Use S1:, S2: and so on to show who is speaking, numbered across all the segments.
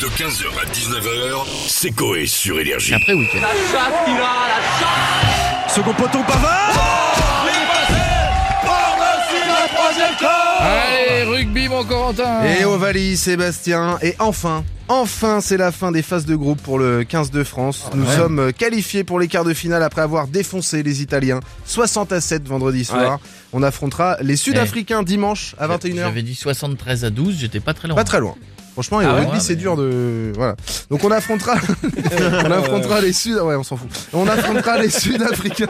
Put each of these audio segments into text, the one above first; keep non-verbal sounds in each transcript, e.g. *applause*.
S1: De 15h à 19h, c'est Coé sur Énergie.
S2: Après week-end.
S3: Second poteau Pavard
S2: Allez, rugby, mon Corentin
S3: Et Ovalie, Sébastien, et enfin, enfin c'est la fin des phases de groupe pour le 15 de France.
S2: Ah,
S3: Nous sommes euh, qualifiés pour les quarts de finale après avoir défoncé les Italiens 60 à 7 vendredi soir. On affrontera
S2: Eh.
S3: les Sud-Africains dimanche à 21h.
S2: J'avais dit 73 à 12, j'étais pas très loin.
S3: Pas très loin. Franchement, et au
S2: Ah ouais,
S3: rugby,
S2: ouais,
S3: c'est
S2: mais-
S3: dur de. Voilà. Donc
S2: *laughs*
S3: on affrontera. *laughs* on affrontera les Sud. Ouais, on s'en fout. On affrontera
S2: *laughs*
S3: les Sud-Africains.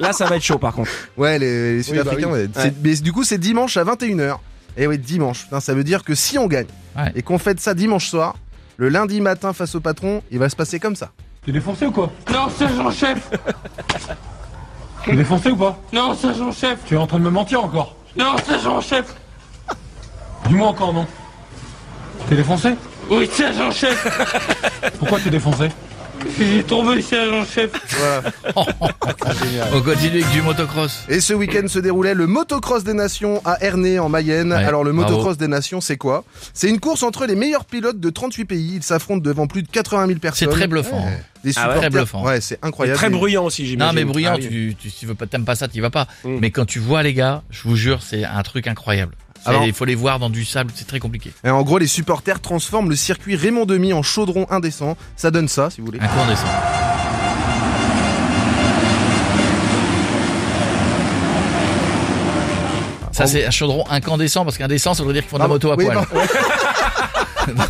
S4: Là, ça va être chaud par contre.
S3: Ouais, les, les Sud-Africains. ouais. C'est-
S4: bah Ouais.
S3: Mais du coup, c'est dimanche à 21h. Et Eh oui, dimanche. Putain, ça veut dire que si on gagne
S2: Ouais.
S3: et qu'on fête ça dimanche soir, le lundi matin face au patron, il va se passer comme ça.
S5: T'es défoncé ou quoi
S6: Non, sergent-chef
S5: T'es défoncé ou pas
S6: Non, sergent-chef
S5: Tu es en train de me mentir encore
S6: Non, sergent-chef
S5: Dis-moi encore non. T'es défoncé
S6: Oui, sergent-chef
S5: Pourquoi t'es défoncé
S6: J'ai tombé, sergent-chef
S2: *laughs*
S3: *laughs*
S2: On continue avec du motocross.
S3: Et ce week-end se déroulait le motocross des nations à Ernée en Mayenne.
S2: Ouais,
S3: Alors le
S2: bravo.
S3: motocross des nations, c'est quoi C'est une course entre les meilleurs pilotes de 38 pays. Ils s'affrontent devant plus de 80 000
S2: C'est
S3: personnes.
S2: très bluffant. hein.
S3: Des
S4: Ah ouais,
S3: supporters-
S2: très bluffant.
S3: Ouais, c'est incroyable.
S4: Très
S3: Et-
S4: bruyant aussi, j'imagine.
S2: Non mais bruyant,
S4: Ah oui.
S2: tu, tu, si tu veux pas, t'aimes pas ça, t'y vas pas.
S3: Mm.
S2: Mais quand tu vois les gars, je vous jure, c'est un truc incroyable. C'est-
S3: Alors-
S2: Il faut les voir dans du sable, c'est très compliqué.
S3: Et en gros, les supporters transforment le circuit Raymond Demi en chaudron indécent. Ça donne ça, si vous voulez.
S2: Un coup on descend. Ça c'est un chaudron incandescent parce qu'indécent ça voudrait dire qu'ils font de la
S3: Ah,
S2: moto à
S3: oui,
S2: poil.
S3: bah-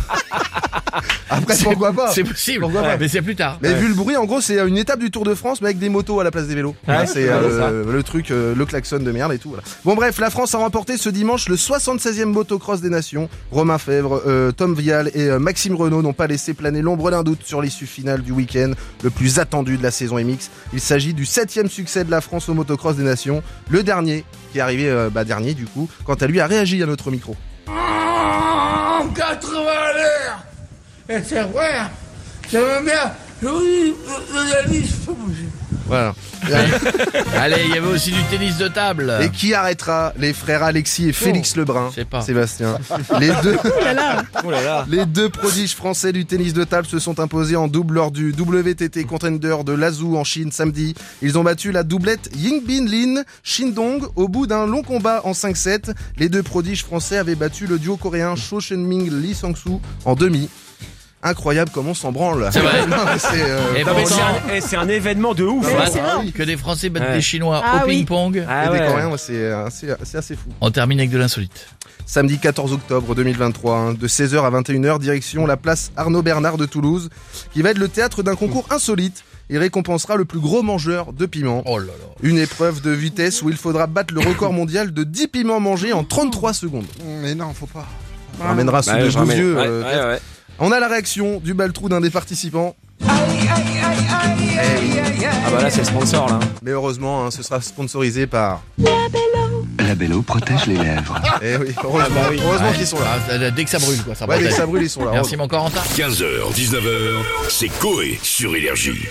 S3: Après, pourquoi
S2: *laughs*
S3: pas
S2: C'est possible,
S3: Pourquoi pas
S2: mais c'est plus tard.
S3: Mais vu le bruit, en gros, c'est une étape du Tour de France, mais avec des motos à la place des vélos.
S4: Ouais,
S3: Voilà, c'est
S4: c'est
S3: euh,
S4: ça.
S3: le truc, euh, le klaxon de merde et tout. voilà. Bon, bref, la France a remporté ce dimanche le 76e motocross des nations. Romain Fèvre, euh, Tom Vial et euh, Maxime Renault n'ont pas laissé planer l'ombre d'un doute sur l'issue finale du week-end, le plus attendu de la saison MX. Il s'agit du 7e succès de la France au motocross des nations. Le dernier, qui est arrivé euh, bah, dernier du coup, quant à lui, a réagi à notre micro.
S7: En 80 à l'heure Et c'est vrai, hein. j'aime bien. Oui, le je peux bouger.
S3: Voilà.
S2: Allez, il y avait aussi du tennis de table.
S3: Et qui arrêtera les frères Alexis et Félix Lebrun
S2: Ah. je sais pas. *laughs*
S3: Sébastien. Les deux,
S4: Oh là là.
S3: les deux prodiges français du tennis de table se sont imposés en double lors du WTT Contender de Lazou en Chine samedi. Ils ont battu la doublette Yingbin Lin Shindong au bout d'un long combat en 5-7. Les deux prodiges français avaient battu le duo coréen Cho Shenming Lee Sang-soo en demi. Incroyable comment on s'en branle.
S2: C'est vrai.
S3: *laughs* Non, mais c'est, euh,
S2: Et
S4: Non, mais
S2: pourtant-
S4: c'est un, eh, c'est un événement de ouf.
S2: Bah,
S3: Ah ouais, bah oui.
S2: que des Français battent
S4: Ouais.
S2: des Chinois
S8: Ah
S2: au
S8: oui.
S2: ping-pong.
S4: Ah
S3: Et des
S4: ouais.
S3: Coréens, ouais, c'est euh, c'est- c'est assez fou.
S2: On termine avec de l'insolite.
S3: Samedi 14 octobre 2023, hein, de 16h à 21h, direction la place Arnaud Bernard de Toulouse, qui va être le théâtre d'un concours insolite. Il récompensera le plus gros mangeur de piments.
S2: Oh là là.
S3: Une épreuve de vitesse où il faudra battre le record mondial de 10 piments mangés en 33 secondes. Mais non, faut pas. On ramènera sous
S4: Bah,
S3: de
S4: je
S3: beaux
S4: ramène.
S3: yeux.
S4: Ouais,
S3: euh,
S4: ouais, ouais.
S3: On a la réaction du baltrou d'un des participants.
S4: Ah bah là, c'est le sponsor là.
S3: Mais heureusement, hein, ce sera sponsorisé par...
S9: La Bello protège les lèvres.
S3: Eh oui, heureusement,
S4: Ah bah
S3: heureusement qu'ils sont là.
S2: Ah, dès que ça brûle, quoi. Ça
S3: Ouais, dès que
S2: bordel.
S3: ça brûle, ils sont là.
S2: Merci, mon Corentin.
S1: 15h, 19h, c'est Coé sur Énergie.